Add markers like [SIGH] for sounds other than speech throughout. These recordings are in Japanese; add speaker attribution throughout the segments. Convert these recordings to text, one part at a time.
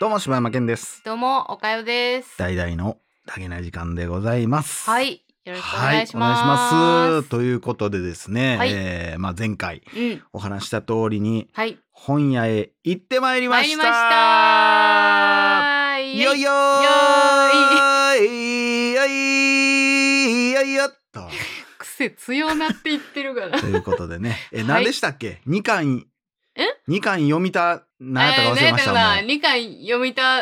Speaker 1: どうも柴山健です
Speaker 2: どうも、おかよです。
Speaker 1: 大々のダゲな時間でございます
Speaker 2: はいい、よろしくお願いし
Speaker 1: はい
Speaker 2: ます。
Speaker 1: お願いしますということでですね、
Speaker 2: はい
Speaker 1: えーまあ前回
Speaker 2: うん、
Speaker 1: お話した通りに
Speaker 2: はい、
Speaker 1: 本屋へ行ってまいりま
Speaker 2: 参
Speaker 1: し
Speaker 2: り
Speaker 1: た
Speaker 2: ました。
Speaker 1: いよいよーいよいよいよっと
Speaker 2: 癖強なって言ってるから。
Speaker 1: ということ
Speaker 2: [LAUGHS]
Speaker 1: でねえ
Speaker 2: はい
Speaker 1: 何でしたっけ二巻
Speaker 2: え
Speaker 1: 二巻読みた [LAUGHS] 何やったか忘れましたも
Speaker 2: えー
Speaker 1: う
Speaker 2: 何やったかな、二巻読みた、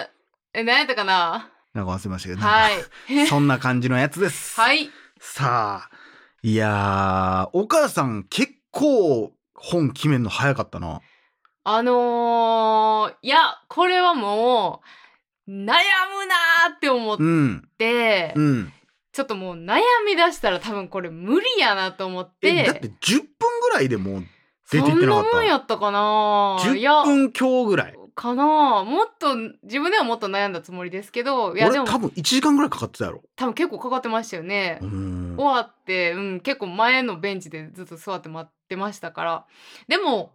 Speaker 2: え、何やったかな。
Speaker 1: なんか忘れましたけど、
Speaker 2: はい
Speaker 1: なんか、そんな感じのやつです。
Speaker 2: はい、
Speaker 1: さあ、いやー、お母さん結構本決めるの早かったな。
Speaker 2: あのー、いや、これはもう。悩むなーって思っ
Speaker 1: うん、
Speaker 2: て、
Speaker 1: うん。
Speaker 2: ちょっともう悩み出したら多分これ無理やなと思っ
Speaker 1: え、
Speaker 2: て
Speaker 1: だって10分ぐらいでもう出て
Speaker 2: そ
Speaker 1: いって
Speaker 2: ん
Speaker 1: なか
Speaker 2: な
Speaker 1: った
Speaker 2: もんやったかなーいや
Speaker 1: 10分強ぐらい。
Speaker 2: かなあもっと自分ではもっと悩んだつもりですけどいや
Speaker 1: 俺
Speaker 2: でも
Speaker 1: 多分1時間ぐらいかかってたやろ。
Speaker 2: 多分結構かかってましたよね、
Speaker 1: うん
Speaker 2: 終。わって、うん、結構前のベンチでずっと座って待ってましたからでも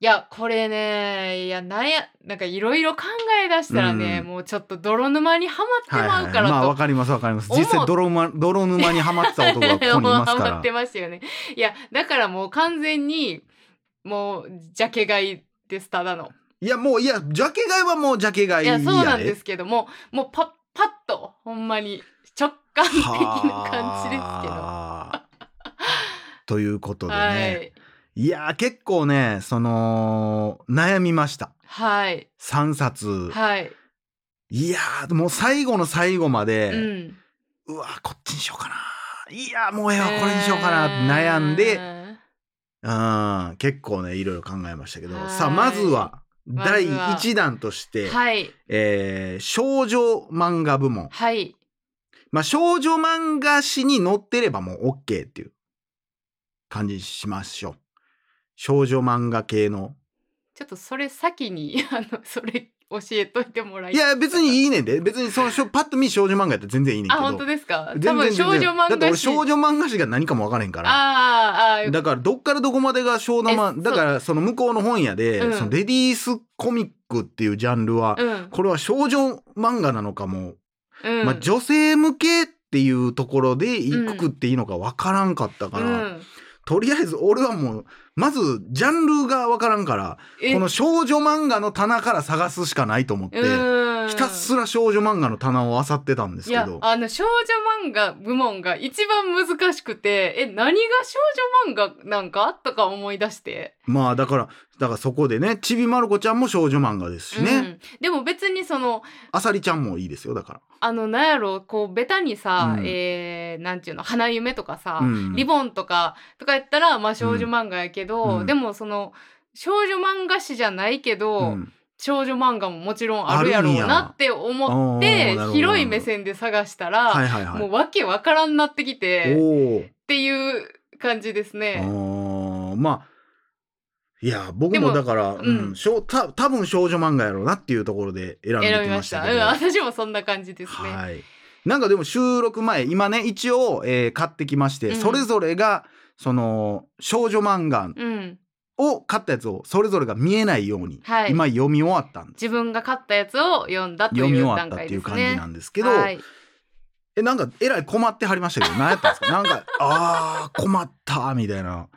Speaker 2: いやこれねいやなんやなんかいろいろ考え出したらね、
Speaker 1: うん
Speaker 2: もうちょっと泥沼にはまってまう
Speaker 1: い、
Speaker 2: からと、
Speaker 1: まあわかりますわかります。実
Speaker 2: 思
Speaker 1: 際
Speaker 2: う
Speaker 1: 泥,、ま、泥沼にはまってた男がここにいますか
Speaker 2: ハマ
Speaker 1: ら
Speaker 2: って。 [LAUGHS] ましたよねいやだからもう完全にもうジャケ買いですただの
Speaker 1: いやもういやジャケ買いはもうジャケ買
Speaker 2: い
Speaker 1: いや
Speaker 2: や
Speaker 1: で。
Speaker 2: そうなんですけどももうパッパッとほんまに直感的な感じですけど。
Speaker 1: はあということでね、
Speaker 2: はい、
Speaker 1: い、やー結構ねその悩みました
Speaker 2: はい、
Speaker 1: 3冊、
Speaker 2: はい、
Speaker 1: い、やーもう最後の最後ま
Speaker 2: う
Speaker 1: で、
Speaker 2: ん。
Speaker 1: うわーこっちにしようかないやーもうええわこれにしようかなって悩んで、うん、結構ねいろいろ考えましたけど
Speaker 2: はい
Speaker 1: さあまずは
Speaker 2: まずは
Speaker 1: 第1弾として、
Speaker 2: はい、
Speaker 1: えー少女漫画部門、
Speaker 2: はい、
Speaker 1: まあ、少女漫画誌に載ってればもう OK っていう感じにしましょう。少女漫画系の。
Speaker 2: ちょっとそれ先に [LAUGHS] あのそれ教えといてもらい
Speaker 1: いや、別にいいねんで。別にそのしょ、パッと見少女漫画やったら全然いいねんけ
Speaker 2: あ
Speaker 1: ど。
Speaker 2: 本当ですか。
Speaker 1: 全
Speaker 2: 多
Speaker 1: 然
Speaker 2: 分少女
Speaker 1: 全然だ
Speaker 2: 漫
Speaker 1: って
Speaker 2: 画
Speaker 1: 俺
Speaker 2: 誌。
Speaker 1: 少女漫画誌が何かも分からへんから。
Speaker 2: あーあー
Speaker 1: だからどっからどこまでが少女漫
Speaker 2: え
Speaker 1: 画だからその向こうの本屋で、
Speaker 2: うん
Speaker 1: そのレディースコミックっていうジャンルは、
Speaker 2: うん
Speaker 1: これは少女漫画なのかも、
Speaker 2: うん。
Speaker 1: まあ、女性向けっていうところでいくくっていいのか分からんかったから、
Speaker 2: うん
Speaker 1: とりあえず俺はもうまずジャンルがわからんから
Speaker 2: え
Speaker 1: この少女漫画の棚から探すしかないと思って、
Speaker 2: うん
Speaker 1: ひたすら少女漫画の棚を漁ってたんです
Speaker 2: い
Speaker 1: け
Speaker 2: や
Speaker 1: ど
Speaker 2: あの少女漫画部門が一番難しくてえ何が少女漫画なんかとか思い出して、
Speaker 1: まあだからだからそこでねちびまる子ちゃんも少女漫画ですし
Speaker 2: う
Speaker 1: ね、
Speaker 2: ん、でも別にその
Speaker 1: あさりちゃんもいいですよだか
Speaker 2: あのなんやろこうベタにさ、
Speaker 1: うん
Speaker 2: えーなんていうの花夢とかさ、
Speaker 1: ら、うん
Speaker 2: リボンとかとかやったらまあ少女漫画やけど、
Speaker 1: うん
Speaker 2: でもその少女漫画誌じゃないけど、
Speaker 1: うん
Speaker 2: 少女漫画ももちろんあるやろうなって思っ
Speaker 1: あるんやおー
Speaker 2: て
Speaker 1: なるほど
Speaker 2: 広い目線で探したら、
Speaker 1: はいはいは
Speaker 2: も
Speaker 1: いう
Speaker 2: わけわからんなってきて。
Speaker 1: おー
Speaker 2: っていう感じです
Speaker 1: あ
Speaker 2: ね。
Speaker 1: ーまあいや僕
Speaker 2: で
Speaker 1: も
Speaker 2: も
Speaker 1: だからうん
Speaker 2: うん
Speaker 1: しょた多分少女漫画やろうなっていうところで選んで
Speaker 2: 選
Speaker 1: き
Speaker 2: び
Speaker 1: ま
Speaker 2: ま
Speaker 1: し
Speaker 2: したた。
Speaker 1: け
Speaker 2: うん、
Speaker 1: ど
Speaker 2: 私もそんな感じですね。
Speaker 1: はい。なんかでも収録前今ね一応、えー買ってきまして、
Speaker 2: うん
Speaker 1: それぞれがその少女漫画
Speaker 2: うん、
Speaker 1: を買ったやつをそれぞれが見えないように、
Speaker 2: はい
Speaker 1: 今読み終わったんです
Speaker 2: 自分が買ったやつを読んだと
Speaker 1: 読み
Speaker 2: いう
Speaker 1: 終わっ
Speaker 2: 段
Speaker 1: たっ
Speaker 2: 階
Speaker 1: てい
Speaker 2: で
Speaker 1: う
Speaker 2: す
Speaker 1: 感じな
Speaker 2: ね。
Speaker 1: んですけど、
Speaker 2: はい、
Speaker 1: えなんかえらい困ってはりましたけど何やったんですか [LAUGHS] なんか「あー困った」みたいな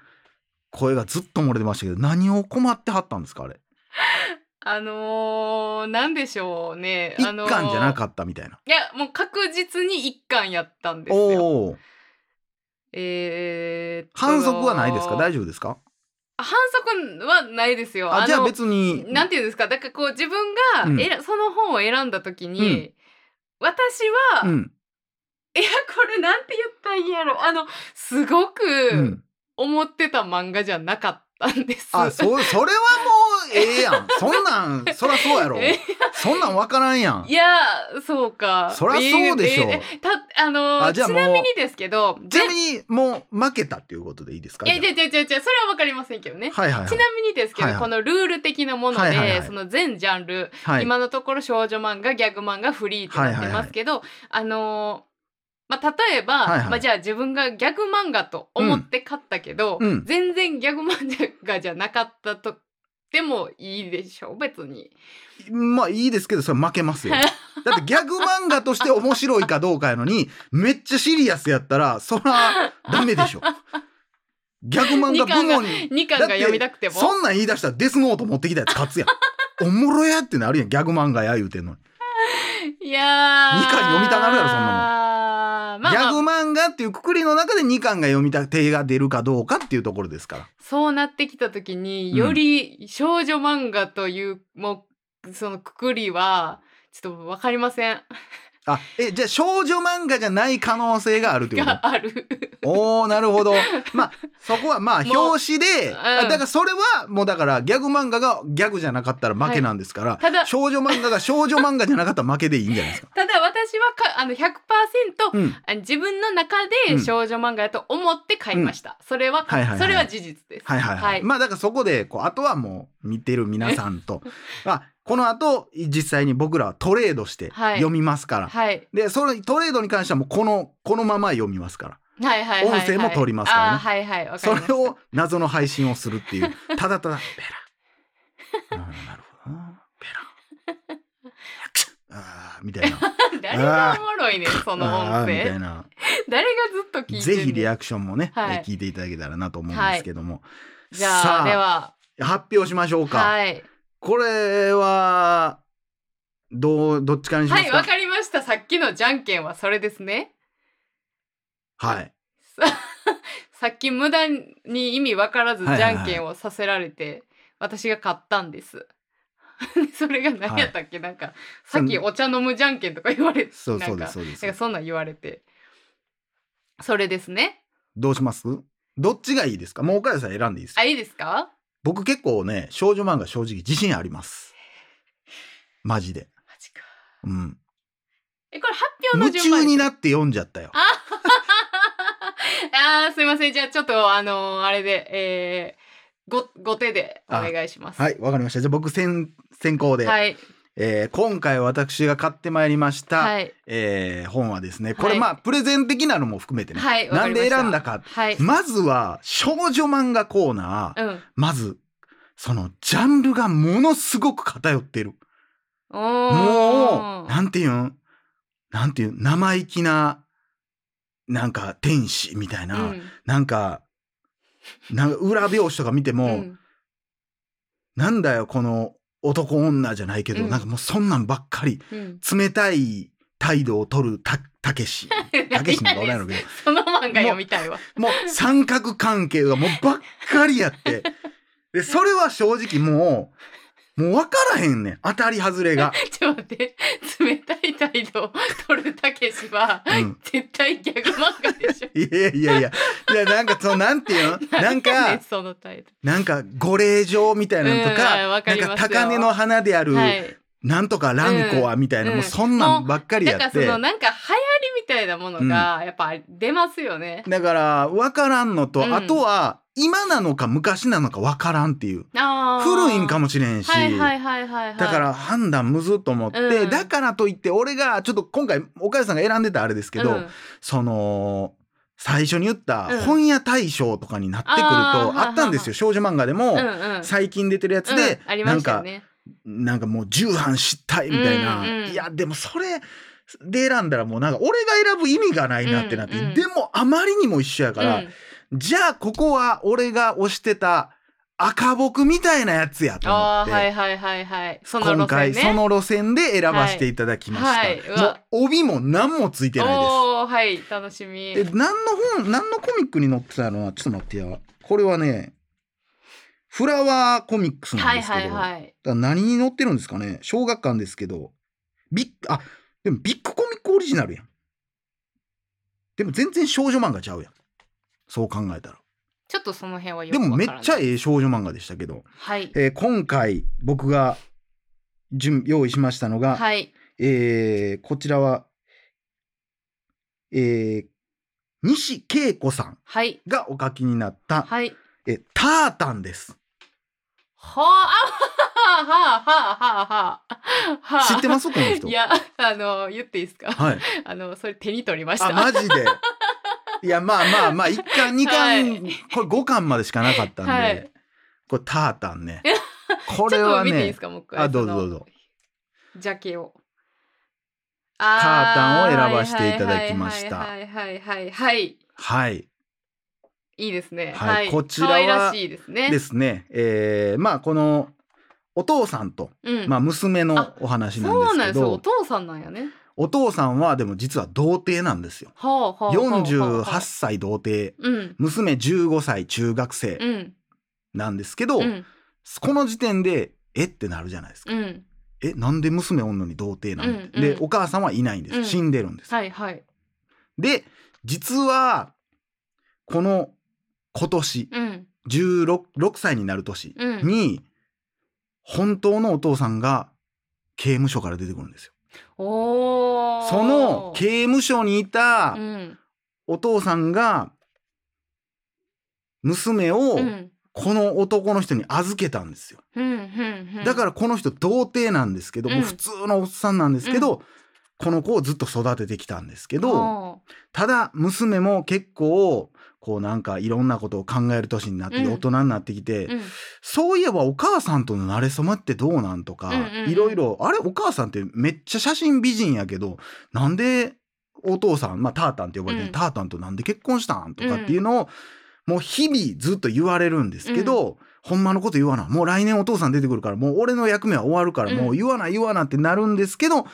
Speaker 1: 声がずっと漏れてましたけど何を困ってはったんですかあれ
Speaker 2: あのー、なんでしょうね。
Speaker 1: 一
Speaker 2: あのー
Speaker 1: 巻じゃなかったみたいな。
Speaker 2: いや、もう確実に一巻やったんですよ。
Speaker 1: おおー
Speaker 2: えーっと、
Speaker 1: 反則はないですか大丈夫ですか
Speaker 2: 反則はないですよ。
Speaker 1: あ
Speaker 2: の
Speaker 1: じゃあ別に
Speaker 2: なんていうんですか、だからこう自分が、
Speaker 1: うん
Speaker 2: えらその本を選んだ時に、私
Speaker 1: う
Speaker 2: は、
Speaker 1: ん
Speaker 2: いやこれなんて言ったらいいんやろあのすご
Speaker 1: う
Speaker 2: く
Speaker 1: ん
Speaker 2: 思ってた漫画じゃなかったんです。
Speaker 1: あ、そ、それはもうええやん。そん
Speaker 2: [LAUGHS]
Speaker 1: なん、そらそうやろ。
Speaker 2: え
Speaker 1: そんなんわからんやん
Speaker 2: [LAUGHS] い。やそうか。
Speaker 1: そらそうでしょう
Speaker 2: えーえーたあの
Speaker 1: あじゃあ
Speaker 2: ち
Speaker 1: もう
Speaker 2: なみにですけど
Speaker 1: ちなみに、もう負けたっていうことでいいですか
Speaker 2: いやい
Speaker 1: じゃ
Speaker 2: やいやいやいやそれはわかりませんけどね。
Speaker 1: あはいはいはい
Speaker 2: ち。なみにですけど、
Speaker 1: はいはい
Speaker 2: このルール的なもので、
Speaker 1: はいはいはい
Speaker 2: その全ジャンル、
Speaker 1: はい。
Speaker 2: 今のところ少女漫画ギャグ漫画フリーってなってますけど、あのーまあ、例えば、
Speaker 1: はいはい
Speaker 2: まあ、じゃあ自分がギャグ漫画と思って買ったけど、
Speaker 1: うんうん
Speaker 2: 全然ギャグ漫画じゃなかったとってもいいでしょう別に
Speaker 1: まあいいですけどそれ負けますよだってギャグ漫画として面白いかどうかやのにめっちゃシリアスやったらそらダメでしょギャグ漫画部門に
Speaker 2: 2巻が読みたくても
Speaker 1: そんなん言い出したらデスノート持ってきたやつ勝つやんおもろやってなるやんギャグ漫画や言うてんのに
Speaker 2: いやー
Speaker 1: 二巻読みたなるやろそんなもん
Speaker 2: なもんまあ、
Speaker 1: ギ
Speaker 2: まあ
Speaker 1: ャグ漫画っていうくくりの中で2巻が読みた手が出るかどうかっていうところですから。
Speaker 2: そうなってきた時に
Speaker 1: うん
Speaker 2: より少女漫画という、もうそのくくりはちょっと分かりません
Speaker 1: あえじゃあ少女漫画じゃない可能性があるってこと
Speaker 2: がある
Speaker 1: おーなるほどまあそこはまあ
Speaker 2: もう
Speaker 1: 表紙で、
Speaker 2: うん
Speaker 1: あだからそれはもうだからギャグ漫画がギャグじゃなかったら負けなんですから、
Speaker 2: いただ
Speaker 1: 少女漫画が少女漫画じゃなかったら負けでいいんじゃ
Speaker 2: [LAUGHS]
Speaker 1: ないですか。
Speaker 2: ただ私はかあの100%
Speaker 1: うん、
Speaker 2: あの自分の中
Speaker 1: う
Speaker 2: で
Speaker 1: ん
Speaker 2: 少女漫画やと思って買いました、それは,、
Speaker 1: はいはいはい
Speaker 2: それは事実です
Speaker 1: はいはいはい。
Speaker 2: はい
Speaker 1: まあだからそこでこうあとはもう見てる皆さんとまあこの後実際に僕らはトレードして
Speaker 2: はい
Speaker 1: 読みますから、
Speaker 2: はい
Speaker 1: でそのトレードに関してはもうこのこのまま読みますから。
Speaker 2: はいはいはいはい
Speaker 1: 音声も取りますからね
Speaker 2: あーはいはいわかり
Speaker 1: そ
Speaker 2: ま
Speaker 1: れ
Speaker 2: した
Speaker 1: を謎の配信をするって
Speaker 2: [LAUGHS]
Speaker 1: いうただただペラあーなるほどなペラあーみたいな
Speaker 2: [LAUGHS] 誰がおもろいねんその
Speaker 1: あ
Speaker 2: 音
Speaker 1: ーみた
Speaker 2: 声
Speaker 1: いな
Speaker 2: 誰がずっと聞いて
Speaker 1: ぜ
Speaker 2: る
Speaker 1: ひリアクションもね、
Speaker 2: はい
Speaker 1: えー聞いていただけたらなと思うんですけども、
Speaker 2: じゃあで
Speaker 1: さ
Speaker 2: は
Speaker 1: あ発表しましょうか、
Speaker 2: はい
Speaker 1: これはどうどっちからにしま
Speaker 2: は
Speaker 1: す
Speaker 2: い
Speaker 1: か
Speaker 2: わかりましたさっきのじゃんけんはそれですね
Speaker 1: はい
Speaker 2: さ [LAUGHS] さっき無駄に意味わからずじ
Speaker 1: はいはいはい
Speaker 2: ゃんけんをさせられて私が買ったんです。 [LAUGHS] それが何やったっけ、なんかさっきお茶飲むじゃんけんとか言われて
Speaker 1: [LAUGHS] そう
Speaker 2: な
Speaker 1: そ
Speaker 2: ん
Speaker 1: うで
Speaker 2: か
Speaker 1: すそうです
Speaker 2: なんかそんなん言われてそれですね。
Speaker 1: どうしますどっちがいいですかもう岡田さん選んでいいです
Speaker 2: あいいですか
Speaker 1: 僕結構ね少女漫画正直自信ありますマジで
Speaker 2: マジか
Speaker 1: うん
Speaker 2: えこれ発表の
Speaker 1: 夢
Speaker 2: 順番
Speaker 1: 中に
Speaker 2: あ
Speaker 1: なって読んじゃったよ。
Speaker 2: [LAUGHS] あーすいませんじゃあちょっとあのーあれで、えー、ごご手でお願いします。
Speaker 1: はい、わかりました。じゃあ僕先先行で、
Speaker 2: はい
Speaker 1: えー今回私が買ってまいりました、
Speaker 2: はい
Speaker 1: えー本はですね、
Speaker 2: い
Speaker 1: これまあ、プレゼン的なのも含めてね、
Speaker 2: はいわ
Speaker 1: な
Speaker 2: か
Speaker 1: ん
Speaker 2: りま
Speaker 1: で
Speaker 2: した
Speaker 1: 選んだか、
Speaker 2: はい、
Speaker 1: まずは少女漫画コーナー、
Speaker 2: うん
Speaker 1: まずそのジャンルがものすごく偏ってる。
Speaker 2: お
Speaker 1: も
Speaker 2: ー
Speaker 1: うなんていうん、なんていうん、生意気ななんか天使みたいな、
Speaker 2: うん
Speaker 1: なんか。なんか裏表紙とか見ても、
Speaker 2: うん
Speaker 1: なんだよこの男女じゃないけど、
Speaker 2: うん
Speaker 1: なんかもうそんなんばっかり
Speaker 2: うん
Speaker 1: 冷たい態度を取るたたけ
Speaker 2: [LAUGHS]
Speaker 1: したけしなんかおらんやろうけ
Speaker 2: その漫画読みたいわ。
Speaker 1: どもう三角関係がもうばっかりや
Speaker 2: [LAUGHS]
Speaker 1: ってでそれは正直もうもう分からへんねん当たり外れ
Speaker 2: [LAUGHS]
Speaker 1: が、
Speaker 2: ちょっと待って、冷たい態度を取るたけしは、
Speaker 1: うん、
Speaker 2: 絶対ギャグ漫画でしょ。
Speaker 1: いやいやいやいやなんかそのなんて
Speaker 2: [LAUGHS]
Speaker 1: いうのなん
Speaker 2: やね
Speaker 1: か
Speaker 2: その態
Speaker 1: なんかご令嬢みたいなのと
Speaker 2: うん
Speaker 1: か,、
Speaker 2: わか
Speaker 1: なん
Speaker 2: ります
Speaker 1: か
Speaker 2: よ
Speaker 1: 高根の花であ
Speaker 2: 度。
Speaker 1: る、
Speaker 2: はい。
Speaker 1: なんとか蘭子はみたいな、
Speaker 2: うん
Speaker 1: もうそんなんばっかり
Speaker 2: だ
Speaker 1: や
Speaker 2: から
Speaker 1: っ
Speaker 2: そ
Speaker 1: て。
Speaker 2: のなんか流行りみたいなものが、やっぱ出ますよね。
Speaker 1: だから分からんのと、
Speaker 2: うん
Speaker 1: あとは今なのか昔なのか分からんっていう
Speaker 2: ああ。
Speaker 1: 古いんか
Speaker 2: も
Speaker 1: もしれんし、
Speaker 2: はいはいはいはいはい。
Speaker 1: だから判断むずっと思って、
Speaker 2: うん
Speaker 1: だからといって俺がちょっと今回岡谷さんが選んでたあれですけど、
Speaker 2: うん
Speaker 1: その最初に言った
Speaker 2: うん
Speaker 1: 本屋大賞とかになってくると、
Speaker 2: あ
Speaker 1: あ
Speaker 2: ー
Speaker 1: ったんですよ少女漫画でも、
Speaker 2: うんうん
Speaker 1: 最近出てるやつで、
Speaker 2: うんあり
Speaker 1: な
Speaker 2: ま
Speaker 1: ん
Speaker 2: したよ
Speaker 1: か
Speaker 2: ね。
Speaker 1: なんかもう重犯失態みたいな、
Speaker 2: うんうん
Speaker 1: いやでもそれで選んだらもうなんか俺が選ぶ意味がないなってなって、
Speaker 2: うんうん
Speaker 1: でもあまりにも一緒やから、
Speaker 2: うん
Speaker 1: じゃあここは俺が推してた赤僕みたいなやつやと思
Speaker 2: あ
Speaker 1: っ
Speaker 2: あ
Speaker 1: て、
Speaker 2: はいはいはいはい。その
Speaker 1: 今
Speaker 2: 路線
Speaker 1: 回
Speaker 2: ね。
Speaker 1: その路線で選ばせていただきました、
Speaker 2: はいはいうわ
Speaker 1: もう帯も何もついてない
Speaker 2: おおはい楽しみ。
Speaker 1: ですで何の本何のコミックに載ってたのはちょっと待ってやこれはねフラワーコミックスなん
Speaker 2: はい
Speaker 1: ですけど、
Speaker 2: はいはい。
Speaker 1: だから何に載ってるんですかね小学館ですけどビッグあでもビッグコミックオリジナルやんでも全然少女漫画ちゃうやんそう考えたら
Speaker 2: ちょっとその辺はよ
Speaker 1: で
Speaker 2: くわ
Speaker 1: もめっ
Speaker 2: からない
Speaker 1: ちゃええ少女漫画でしたけど、
Speaker 2: はい。
Speaker 1: えー今回僕が準用意しましたのが、
Speaker 2: はい。
Speaker 1: えーこちらは、えー西恵子さん
Speaker 2: はい。
Speaker 1: がお書きになった「
Speaker 2: はい。
Speaker 1: えータータン」です。
Speaker 2: はあ、あはあ、はあ、はあ、はあ、はあ。
Speaker 1: 知ってますこの人
Speaker 2: いや、あの、言っていいですか。
Speaker 1: はい、
Speaker 2: あの、それ手に取りました。
Speaker 1: あマジでいやまあまあまあ1巻2巻、
Speaker 2: はい
Speaker 1: これ5巻までしかなかったんで、
Speaker 2: はい
Speaker 1: これタータンねこれは
Speaker 2: ちょっと見ていいで
Speaker 1: ね
Speaker 2: すかもう一回
Speaker 1: あどうぞ
Speaker 2: その
Speaker 1: どうぞ
Speaker 2: ジャケを
Speaker 1: タータン
Speaker 2: あ
Speaker 1: を
Speaker 2: ー
Speaker 1: 選ばせていただきました
Speaker 2: はいはいはいはいはい、はい、
Speaker 1: はい
Speaker 2: いいですね。
Speaker 1: はい
Speaker 2: はい、
Speaker 1: こちらは
Speaker 2: 可愛らしいですね。
Speaker 1: ですねえーまあこのお父さんと、
Speaker 2: うん、
Speaker 1: まあ、娘の
Speaker 2: あ
Speaker 1: お話な
Speaker 2: そうんな
Speaker 1: ですけ
Speaker 2: んですよ。お
Speaker 1: ど
Speaker 2: 父さんなんやね。
Speaker 1: お父さんはでも実は童貞なんですよ
Speaker 2: はあはあはあはあ。
Speaker 1: 48。歳童貞
Speaker 2: うん
Speaker 1: 娘15歳中学生
Speaker 2: うん
Speaker 1: なんですけど、
Speaker 2: うん
Speaker 1: この時点でえってなるじゃないですか、
Speaker 2: うん。
Speaker 1: えなんで娘おんのに童貞なんて、
Speaker 2: うんうん
Speaker 1: でお母さんはいないんです、
Speaker 2: うん
Speaker 1: 死んでるんです、
Speaker 2: はいはい。
Speaker 1: で実はこの今年
Speaker 2: うん
Speaker 1: 16 6歳になる年
Speaker 2: うん。
Speaker 1: に本当のお父さんが刑務所から出てくるんですよ
Speaker 2: おお。
Speaker 1: その刑務所にいた
Speaker 2: うん
Speaker 1: お父さんが娘を
Speaker 2: うん
Speaker 1: この男の人に預けたんですよ
Speaker 2: うんうんうん。
Speaker 1: だかららこの人童貞なんですけど、
Speaker 2: うん
Speaker 1: もう普通のおっさんなんですけど、この子をずっと育ててきたんですけど、ただ娘も結構こうなんかいろんなことを考える年になって
Speaker 2: うん
Speaker 1: 大人になってきて、
Speaker 2: うん
Speaker 1: そういえばお母さんとの馴れ初まってどうなんとか、
Speaker 2: うんうんうん
Speaker 1: いろいろあれお母さんってめっちゃ写真美人やけどなんでお父さん、まあ、タータンって呼ばれてる、
Speaker 2: うん
Speaker 1: タータンとなんで結婚したんとかっていうのを、もう日々ずっと言われるんですけど、ほんまのこと言わなもう来年お父さん出てくるからもう俺の役目は終わるから
Speaker 2: うん
Speaker 1: もう言わな言わなってなるんですけど、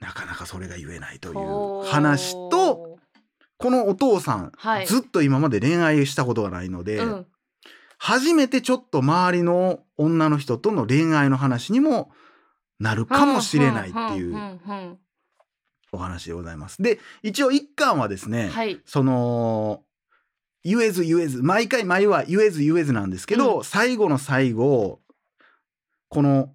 Speaker 1: なかなかそれが言えないという話と。このお父さん、
Speaker 2: はい
Speaker 1: ずっと今まで恋愛したことがないの
Speaker 2: お
Speaker 1: で。
Speaker 2: ーうん
Speaker 1: 初めてちょっと周りの女の人との恋愛の話にもなるかもしれないってい
Speaker 2: ん
Speaker 1: うん
Speaker 2: うん
Speaker 1: お話でございます。で一応一巻はです
Speaker 2: う
Speaker 1: ね、
Speaker 2: んはい。
Speaker 1: その言えず言えず毎回毎は言えず言えずなんですけど、
Speaker 2: う
Speaker 1: 最後の最後この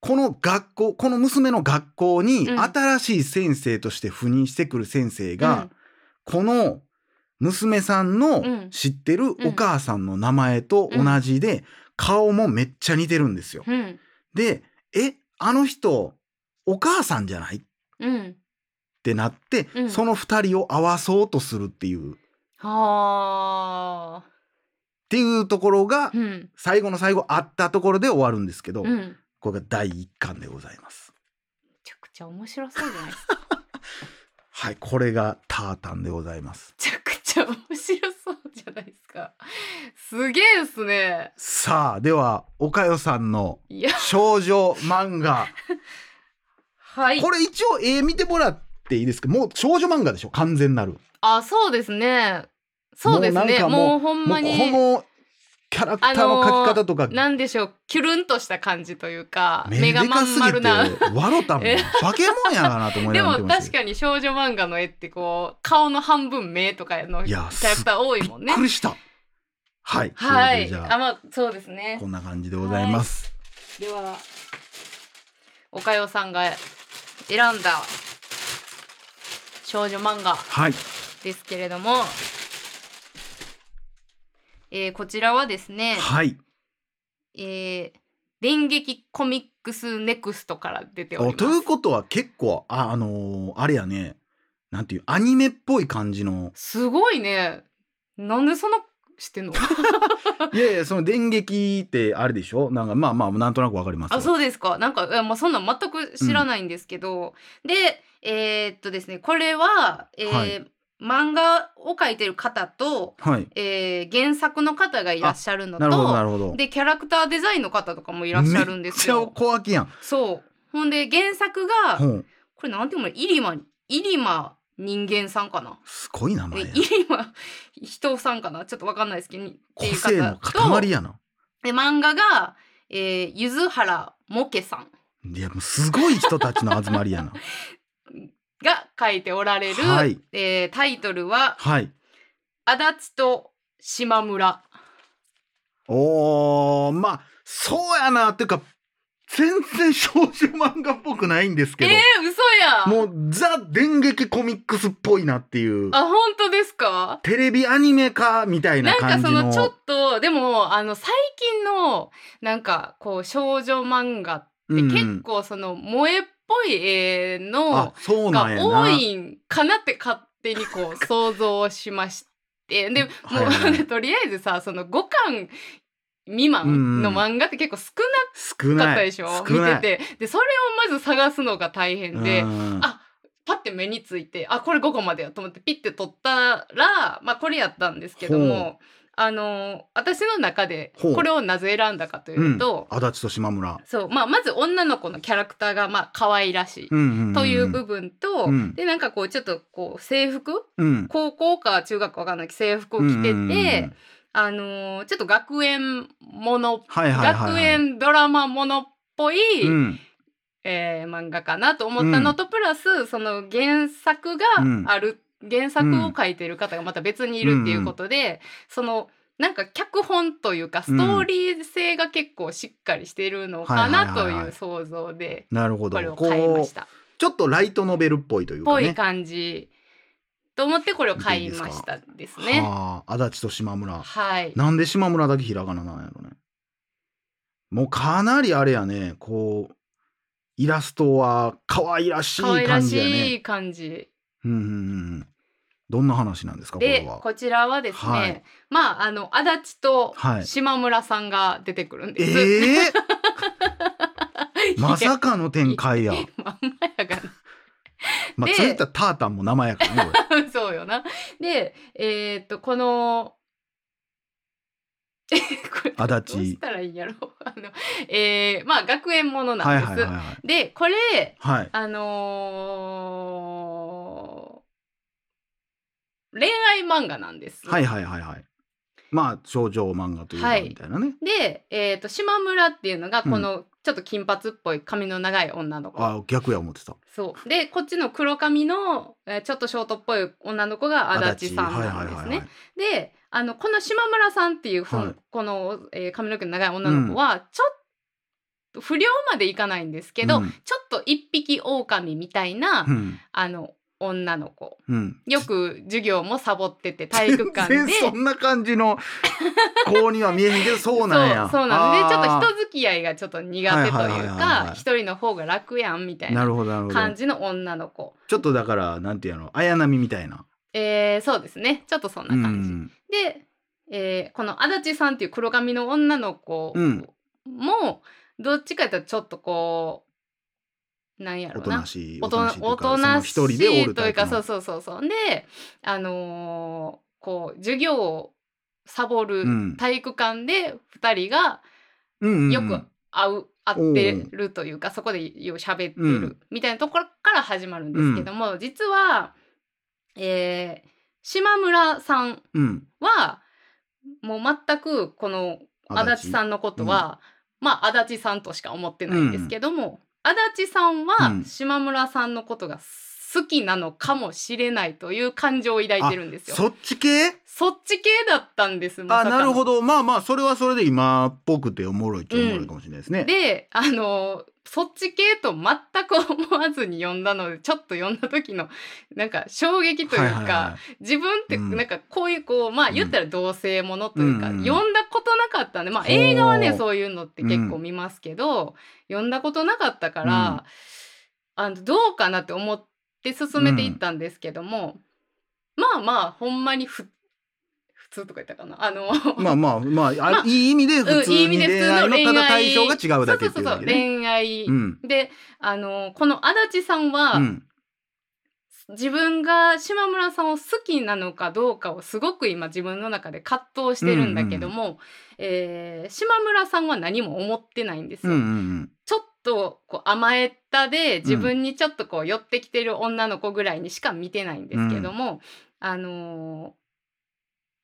Speaker 1: この学校この娘の学校に
Speaker 2: うん
Speaker 1: 新しい先生として赴任してくる先生が、この娘さんの
Speaker 2: うん
Speaker 1: 知ってるお母さんの名前と同じで、顔もめっちゃ似てるんですよ。
Speaker 2: うん
Speaker 1: で「えあの人お母さんじゃない?」っ
Speaker 2: うん。
Speaker 1: てなって、
Speaker 2: うん
Speaker 1: その2人を合わそうとするっていうっ
Speaker 2: はあ。
Speaker 1: ていうところが
Speaker 2: うん
Speaker 1: 最後の最後あったところで終わるんですけど、
Speaker 2: うん。め
Speaker 1: これが第1巻でございます。
Speaker 2: ちゃくちゃ面白そうじゃないですか
Speaker 1: はいこれがタータンでございます。
Speaker 2: めちゃくちゃ面白そうじゃないですか。すげえですね。
Speaker 1: さあでは岡代さんの
Speaker 2: いや、
Speaker 1: 少女漫画
Speaker 2: はい
Speaker 1: こ。れ一応絵見てもらっていいですかもう少女漫画でしょ完全なる
Speaker 2: あ、そうですね。そうです
Speaker 1: もうなん
Speaker 2: ね。
Speaker 1: か
Speaker 2: もう
Speaker 1: もう
Speaker 2: ほんまに。
Speaker 1: もうこのキャラクターの描き方とか、
Speaker 2: なんでしょうキュルンとした感じというか
Speaker 1: 目
Speaker 2: 目が
Speaker 1: で
Speaker 2: ま
Speaker 1: か
Speaker 2: ん
Speaker 1: すぎて
Speaker 2: 丸な
Speaker 1: 笑たもん
Speaker 2: え
Speaker 1: 化け物やなと思い
Speaker 2: で
Speaker 1: ながら
Speaker 2: も
Speaker 1: 見てました
Speaker 2: 確かに少女漫画の絵ってこう顔の半分目とかの
Speaker 1: い
Speaker 2: キ
Speaker 1: や
Speaker 2: ャラクター多いもん
Speaker 1: び
Speaker 2: ね
Speaker 1: っくりしたはい
Speaker 2: は
Speaker 1: と
Speaker 2: い
Speaker 1: ことで
Speaker 2: う
Speaker 1: じ
Speaker 2: あ
Speaker 1: ゃ
Speaker 2: まあそうですね
Speaker 1: あこんな感じでございます
Speaker 2: では岡代さんが選んだ少女漫画
Speaker 1: はい
Speaker 2: ですけれども、えーこちらはですね、
Speaker 1: はい
Speaker 2: えー電撃コミックスネクストから出てお
Speaker 1: お
Speaker 2: り
Speaker 1: と
Speaker 2: ま
Speaker 1: い
Speaker 2: す
Speaker 1: う。ことは結構ああのーあれやねなんていうアニメっぽい感じ
Speaker 2: [LAUGHS]
Speaker 1: の
Speaker 2: すごいね。なんでそんな知ってんの？
Speaker 1: いやいやその電撃ってあれでしょなんかまあまあなんとなくわかります
Speaker 2: あ、
Speaker 1: う
Speaker 2: そうですか。なんか、えまあ、そんなん全く知らないんですけど、で、えーっとですね、これは、えー
Speaker 1: は
Speaker 2: 漫画を描いてる方と、
Speaker 1: はい
Speaker 2: えー原作の方がいらっしゃるの
Speaker 1: なるほどな
Speaker 2: と、
Speaker 1: るほど
Speaker 2: でキャラクターデザインの方とかもいらっしゃるんです
Speaker 1: めっ
Speaker 2: よ。
Speaker 1: ちゃ小脇やん
Speaker 2: そう。ほんで原作
Speaker 1: ほ
Speaker 2: が
Speaker 1: ん
Speaker 2: これなんていうの入間入間人間さんかな。
Speaker 1: すごい名前やな
Speaker 2: 入間人さんかなちょっとわかんないですけどにって
Speaker 1: 個
Speaker 2: いう
Speaker 1: 性
Speaker 2: 方
Speaker 1: の
Speaker 2: と
Speaker 1: 塊やな
Speaker 2: で漫画が、えー、ゆずはらもけさん
Speaker 1: いやもうすごい人たちの集まり
Speaker 2: [LAUGHS]
Speaker 1: やな
Speaker 2: が書いておられる、
Speaker 1: はい
Speaker 2: えータイトルは
Speaker 1: はい
Speaker 2: 「足立と島村
Speaker 1: おーまあそうやなっていうか全然少女漫画っぽくないんです」け
Speaker 2: えー
Speaker 1: ど、、
Speaker 2: 嘘やん
Speaker 1: もうザ電撃コミックスっぽいなっていう
Speaker 2: あ本当ですか
Speaker 1: テレビアニメ化みたいな
Speaker 2: なんか
Speaker 1: 感
Speaker 2: そ
Speaker 1: じの
Speaker 2: のちょっとでもあの最近のなんかこう少女漫画って
Speaker 1: うん
Speaker 2: 結構その萌えっぽい絵
Speaker 1: あ
Speaker 2: の
Speaker 1: そうなん
Speaker 2: が
Speaker 1: やな
Speaker 2: 多いんかなって勝手にこう [LAUGHS] 想像しましてでもう、
Speaker 1: はいはい
Speaker 2: とりあえずさその5巻未
Speaker 1: うん
Speaker 2: 満の漫画って結構少
Speaker 1: 少
Speaker 2: なかっ
Speaker 1: な
Speaker 2: た
Speaker 1: い
Speaker 2: でしょ、見ててでそれをまず探すのが大変で、
Speaker 1: うん
Speaker 2: あパッて目についてあこれ5個までやと思ってピッて取ったら、まあ、これやったんですけど
Speaker 1: ほ
Speaker 2: もあの私の中で
Speaker 1: ほう
Speaker 2: これをなぜ選んだかというと、
Speaker 1: 足立と島村、
Speaker 2: そうまあ、まず女の子のキャラクターがまあ可愛らしい
Speaker 1: うんんん
Speaker 2: という部分と、
Speaker 1: うん
Speaker 2: でなんかこうちょっとこう制服
Speaker 1: うん
Speaker 2: 高校か中学かわかんないけど制服を着てて、あのーちょっと学園もの、
Speaker 1: はいはいはいはい、
Speaker 2: 学園ドラマものっぽい、
Speaker 1: うん
Speaker 2: えー漫画かなと思ったのと、プラスその原作がある、原作を書いてる方がまた別にいるっていうことで、そのなんか脚本というかストーリー性が結構しっかりしてるのかな
Speaker 1: はいはい
Speaker 2: と
Speaker 1: はいはい
Speaker 2: い
Speaker 1: はいう
Speaker 2: 想像で
Speaker 1: なるほど
Speaker 2: これを買いました。
Speaker 1: うちょっとライトノベルっぽいという
Speaker 2: ぽ
Speaker 1: か
Speaker 2: い
Speaker 1: ね
Speaker 2: 感じと思ってこれを買いましたですね。
Speaker 1: はあ足立と島村
Speaker 2: はい。
Speaker 1: なんで島村だけひらがななんやろねもうかなりあれやねこうイラストは可愛らしい
Speaker 2: 可愛ら
Speaker 1: 感じや
Speaker 2: し
Speaker 1: ね
Speaker 2: い感じ。
Speaker 1: うんうんうんうんどんな話なんですかこれ
Speaker 2: で
Speaker 1: は、
Speaker 2: こちらはですね、
Speaker 1: はい
Speaker 2: まああの足立と
Speaker 1: はい
Speaker 2: 島村さんが出てくるんです。 [LAUGHS]
Speaker 1: ええまさかの展開
Speaker 2: [LAUGHS]
Speaker 1: や。
Speaker 2: まんまやが
Speaker 1: まあ、
Speaker 2: で
Speaker 1: ついたタータンも名前やから
Speaker 2: [LAUGHS]
Speaker 1: ね。これ
Speaker 2: な [LAUGHS] そうよな。で、えーっとこの [LAUGHS] これどう
Speaker 1: 足立
Speaker 2: したらいいんやろあの、えー、まあ学園もの
Speaker 1: はい
Speaker 2: なんで
Speaker 1: はいはい
Speaker 2: す。
Speaker 1: はい。
Speaker 2: でこれ
Speaker 1: はい。
Speaker 2: あのー恋愛漫画なんです。
Speaker 1: はいはいはいはい。まあ、少女漫画というか、
Speaker 2: はい
Speaker 1: みたいなね。
Speaker 2: で、えー、と島村っていうのがこのちょっと金髪っぽい髪の長い女の子。
Speaker 1: あ、逆や思ってた。
Speaker 2: そうでこっちの黒髪の、えーちょっとショートっぽい女の子が足立さんなんですね。であのこの島村さんっていう、
Speaker 1: はい
Speaker 2: この、えー髪の毛の長い女の子はちょっと不良までいかないんですけど、
Speaker 1: うん
Speaker 2: ちょっと一匹狼みたいな、
Speaker 1: うん。
Speaker 2: あの女の子。
Speaker 1: うん。
Speaker 2: よく授業もサボってて体育
Speaker 1: [LAUGHS]
Speaker 2: 館
Speaker 1: 全
Speaker 2: で。
Speaker 1: 然そんな感じ
Speaker 2: [LAUGHS]
Speaker 1: の子には見えへんけど、そうなんや。
Speaker 2: そうそうなんですねちょっと
Speaker 1: っ
Speaker 2: 人付き合いがちょっと苦手と
Speaker 1: はいはいはいはい
Speaker 2: いう
Speaker 1: は
Speaker 2: か
Speaker 1: い
Speaker 2: 一人の方が楽やんみたい
Speaker 1: な
Speaker 2: な
Speaker 1: るほど、なるほ
Speaker 2: 感
Speaker 1: ど。
Speaker 2: じの女の子
Speaker 1: ちょっとだから、なんていうの、綾波みたいな。
Speaker 2: えー、そうですねちょっとそんな
Speaker 1: う
Speaker 2: 感じ、
Speaker 1: ん。
Speaker 2: で、えーこの足立さんっていう黒髪の女の子
Speaker 1: うん
Speaker 2: も、どっちかというとちょっとこうなんや
Speaker 1: お
Speaker 2: ろう
Speaker 1: と
Speaker 2: な
Speaker 1: なしい。
Speaker 2: おと
Speaker 1: おと
Speaker 2: おと
Speaker 1: な
Speaker 2: な
Speaker 1: し
Speaker 2: し
Speaker 1: いというか。その一人でお
Speaker 2: い
Speaker 1: る
Speaker 2: と
Speaker 1: タ
Speaker 2: い
Speaker 1: イ
Speaker 2: う
Speaker 1: プの
Speaker 2: かそうそうそうそうであのーこう授業をサボる
Speaker 1: うん
Speaker 2: 体育館で2人が
Speaker 1: うんうんうん
Speaker 2: よく会う会ってるというかそこでよう喋って
Speaker 1: うん
Speaker 2: るみたいなところから始まるんですけども、実は、えー島村さん
Speaker 1: うん。
Speaker 2: はもう全くこの足立さ
Speaker 1: ん。
Speaker 2: んのことは、まあ足立さんとしか思ってないんですけども、足立さ
Speaker 1: う
Speaker 2: ん
Speaker 1: ん
Speaker 2: は島村さんのことが好きなのかもしれないという感情を抱いてるんですよ。
Speaker 1: そっち系
Speaker 2: そっち系だったんですま
Speaker 1: あ
Speaker 2: さかの
Speaker 1: なるほどまあまあそれはそれで今っぽくておもろいっちゃおもろいかもしれない [LAUGHS] ですね。
Speaker 2: であのそっち系と全く思わずに読んだのでちょっと読んだ時のなんか衝撃というか、
Speaker 1: はいはいは
Speaker 2: 自分って
Speaker 1: うん
Speaker 2: なんかこういうこう、まあ
Speaker 1: うん
Speaker 2: 言ったら同性ものというか、
Speaker 1: うんうん
Speaker 2: 読んだことなかったんでまあ
Speaker 1: ほう
Speaker 2: 映画はねそういうのって結構見ますけど、読んだことなかったから、あのどうかなって思って進めていったんですけども、まあまあほんまにふ普通とか言ったかなあの
Speaker 1: い、まあまあまあ、あ
Speaker 2: まあ
Speaker 1: いい意味で普通
Speaker 2: うんいい意
Speaker 1: に
Speaker 2: 味で
Speaker 1: 恋愛のただ対象が違うだけっていう
Speaker 2: そう
Speaker 1: だ
Speaker 2: そ
Speaker 1: け
Speaker 2: うそう
Speaker 1: ね。
Speaker 2: 恋愛、
Speaker 1: うん
Speaker 2: であのこの足立さんは、
Speaker 1: うん
Speaker 2: 自分が島村さんを好きなのかどうかをすごく今自分の中で葛藤してるんだけども、えー島村さんは何も思ってないんです
Speaker 1: うん
Speaker 2: よ。
Speaker 1: うんうん
Speaker 2: ちょっとこう甘えったで自分にちょっとこう寄ってきてる女の子ぐらいにしか見てないんですけども、あのー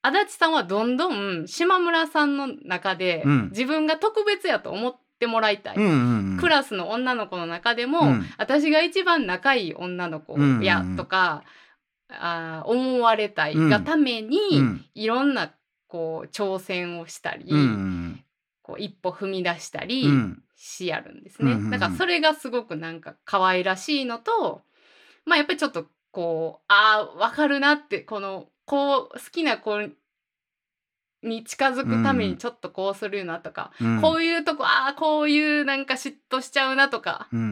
Speaker 2: 足立さんはどんどん島村さんの中で
Speaker 1: うん
Speaker 2: 自分が特別やと思ってもらいたい。
Speaker 1: うんうんうん
Speaker 2: クラスの女の子の中でも、
Speaker 1: うん
Speaker 2: 私が一番仲いい女の子や
Speaker 1: うん
Speaker 2: とか、あー思われたいがために、
Speaker 1: うん
Speaker 2: いろんなこう挑戦をしたり、
Speaker 1: うんうん
Speaker 2: こう一歩踏み出した
Speaker 1: う
Speaker 2: り
Speaker 1: ん
Speaker 2: しやるんですね。
Speaker 1: うんうんうん
Speaker 2: だからそれがすごくなんか可愛らしいのとまあやっぱりちょっとこうあーわかるなってこのこう好きな子に近づくためにちょっとこうするなとか、
Speaker 1: うん
Speaker 2: こういうとこああこういうなんか嫉妬しちゃうなとか、
Speaker 1: うんうん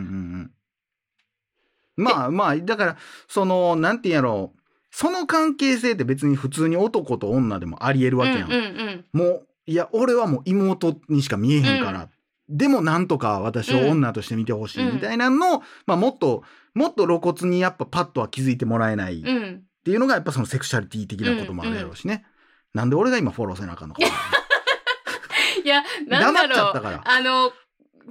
Speaker 1: うんまあまあだからそのなんて言うんやろうその関係性って別に普通に男と女でもありえるわけやん。
Speaker 2: うんうんうん
Speaker 1: もういや俺はもう妹にしか見えへんから、でもなんとか私を女として見てほしいみたいなのを、まあ、もっともっと露骨にやっぱパッとは気づいてもらえないっ
Speaker 2: うん
Speaker 1: ていうのがやっぱそのセクシャリティ的なこともあるやろうしね、なんで俺が今フォローせなあかんのか分からん
Speaker 2: いや [LAUGHS] なんだ
Speaker 1: 黙っちゃ
Speaker 2: ろ
Speaker 1: った
Speaker 2: う
Speaker 1: から
Speaker 2: あの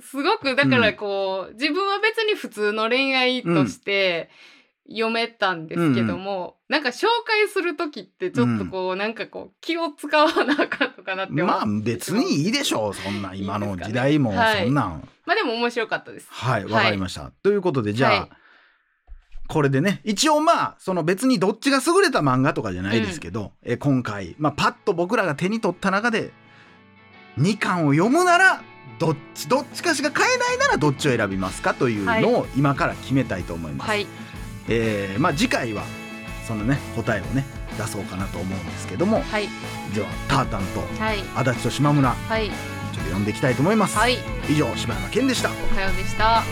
Speaker 2: すごくだからこう、自分は別に普通の恋愛として読めたんですけども、なんか紹介する時ってちょっとこう、なんかこう気を使わなあかんのかなって思う
Speaker 1: まあ別にいいでしょうそんない
Speaker 2: いです
Speaker 1: 今
Speaker 2: かね
Speaker 1: の時代も
Speaker 2: はい
Speaker 1: そんなん
Speaker 2: まあでも面白かったです。
Speaker 1: はい
Speaker 2: は
Speaker 1: わ、
Speaker 2: い
Speaker 1: かりましたということでじゃあ、
Speaker 2: はい
Speaker 1: これでね一応まあその別にどっちが優れた漫画とかじゃないですけど、え今回、まあ、パッと僕らが手に取った中で2巻を読むならどっちどっちかしか買えないならどっちを選びますかというのを今から決めたいと思います。
Speaker 2: はい、
Speaker 1: えーまあ、次回はそのね答えをね出そうかなと思うんですけども
Speaker 2: はい、
Speaker 1: ではタータンと
Speaker 2: はい、
Speaker 1: 足立と島村
Speaker 2: はい、
Speaker 1: ちょっと読んでいきたいと思います。
Speaker 2: はい、
Speaker 1: 以上柴山健でした
Speaker 2: おはようでした。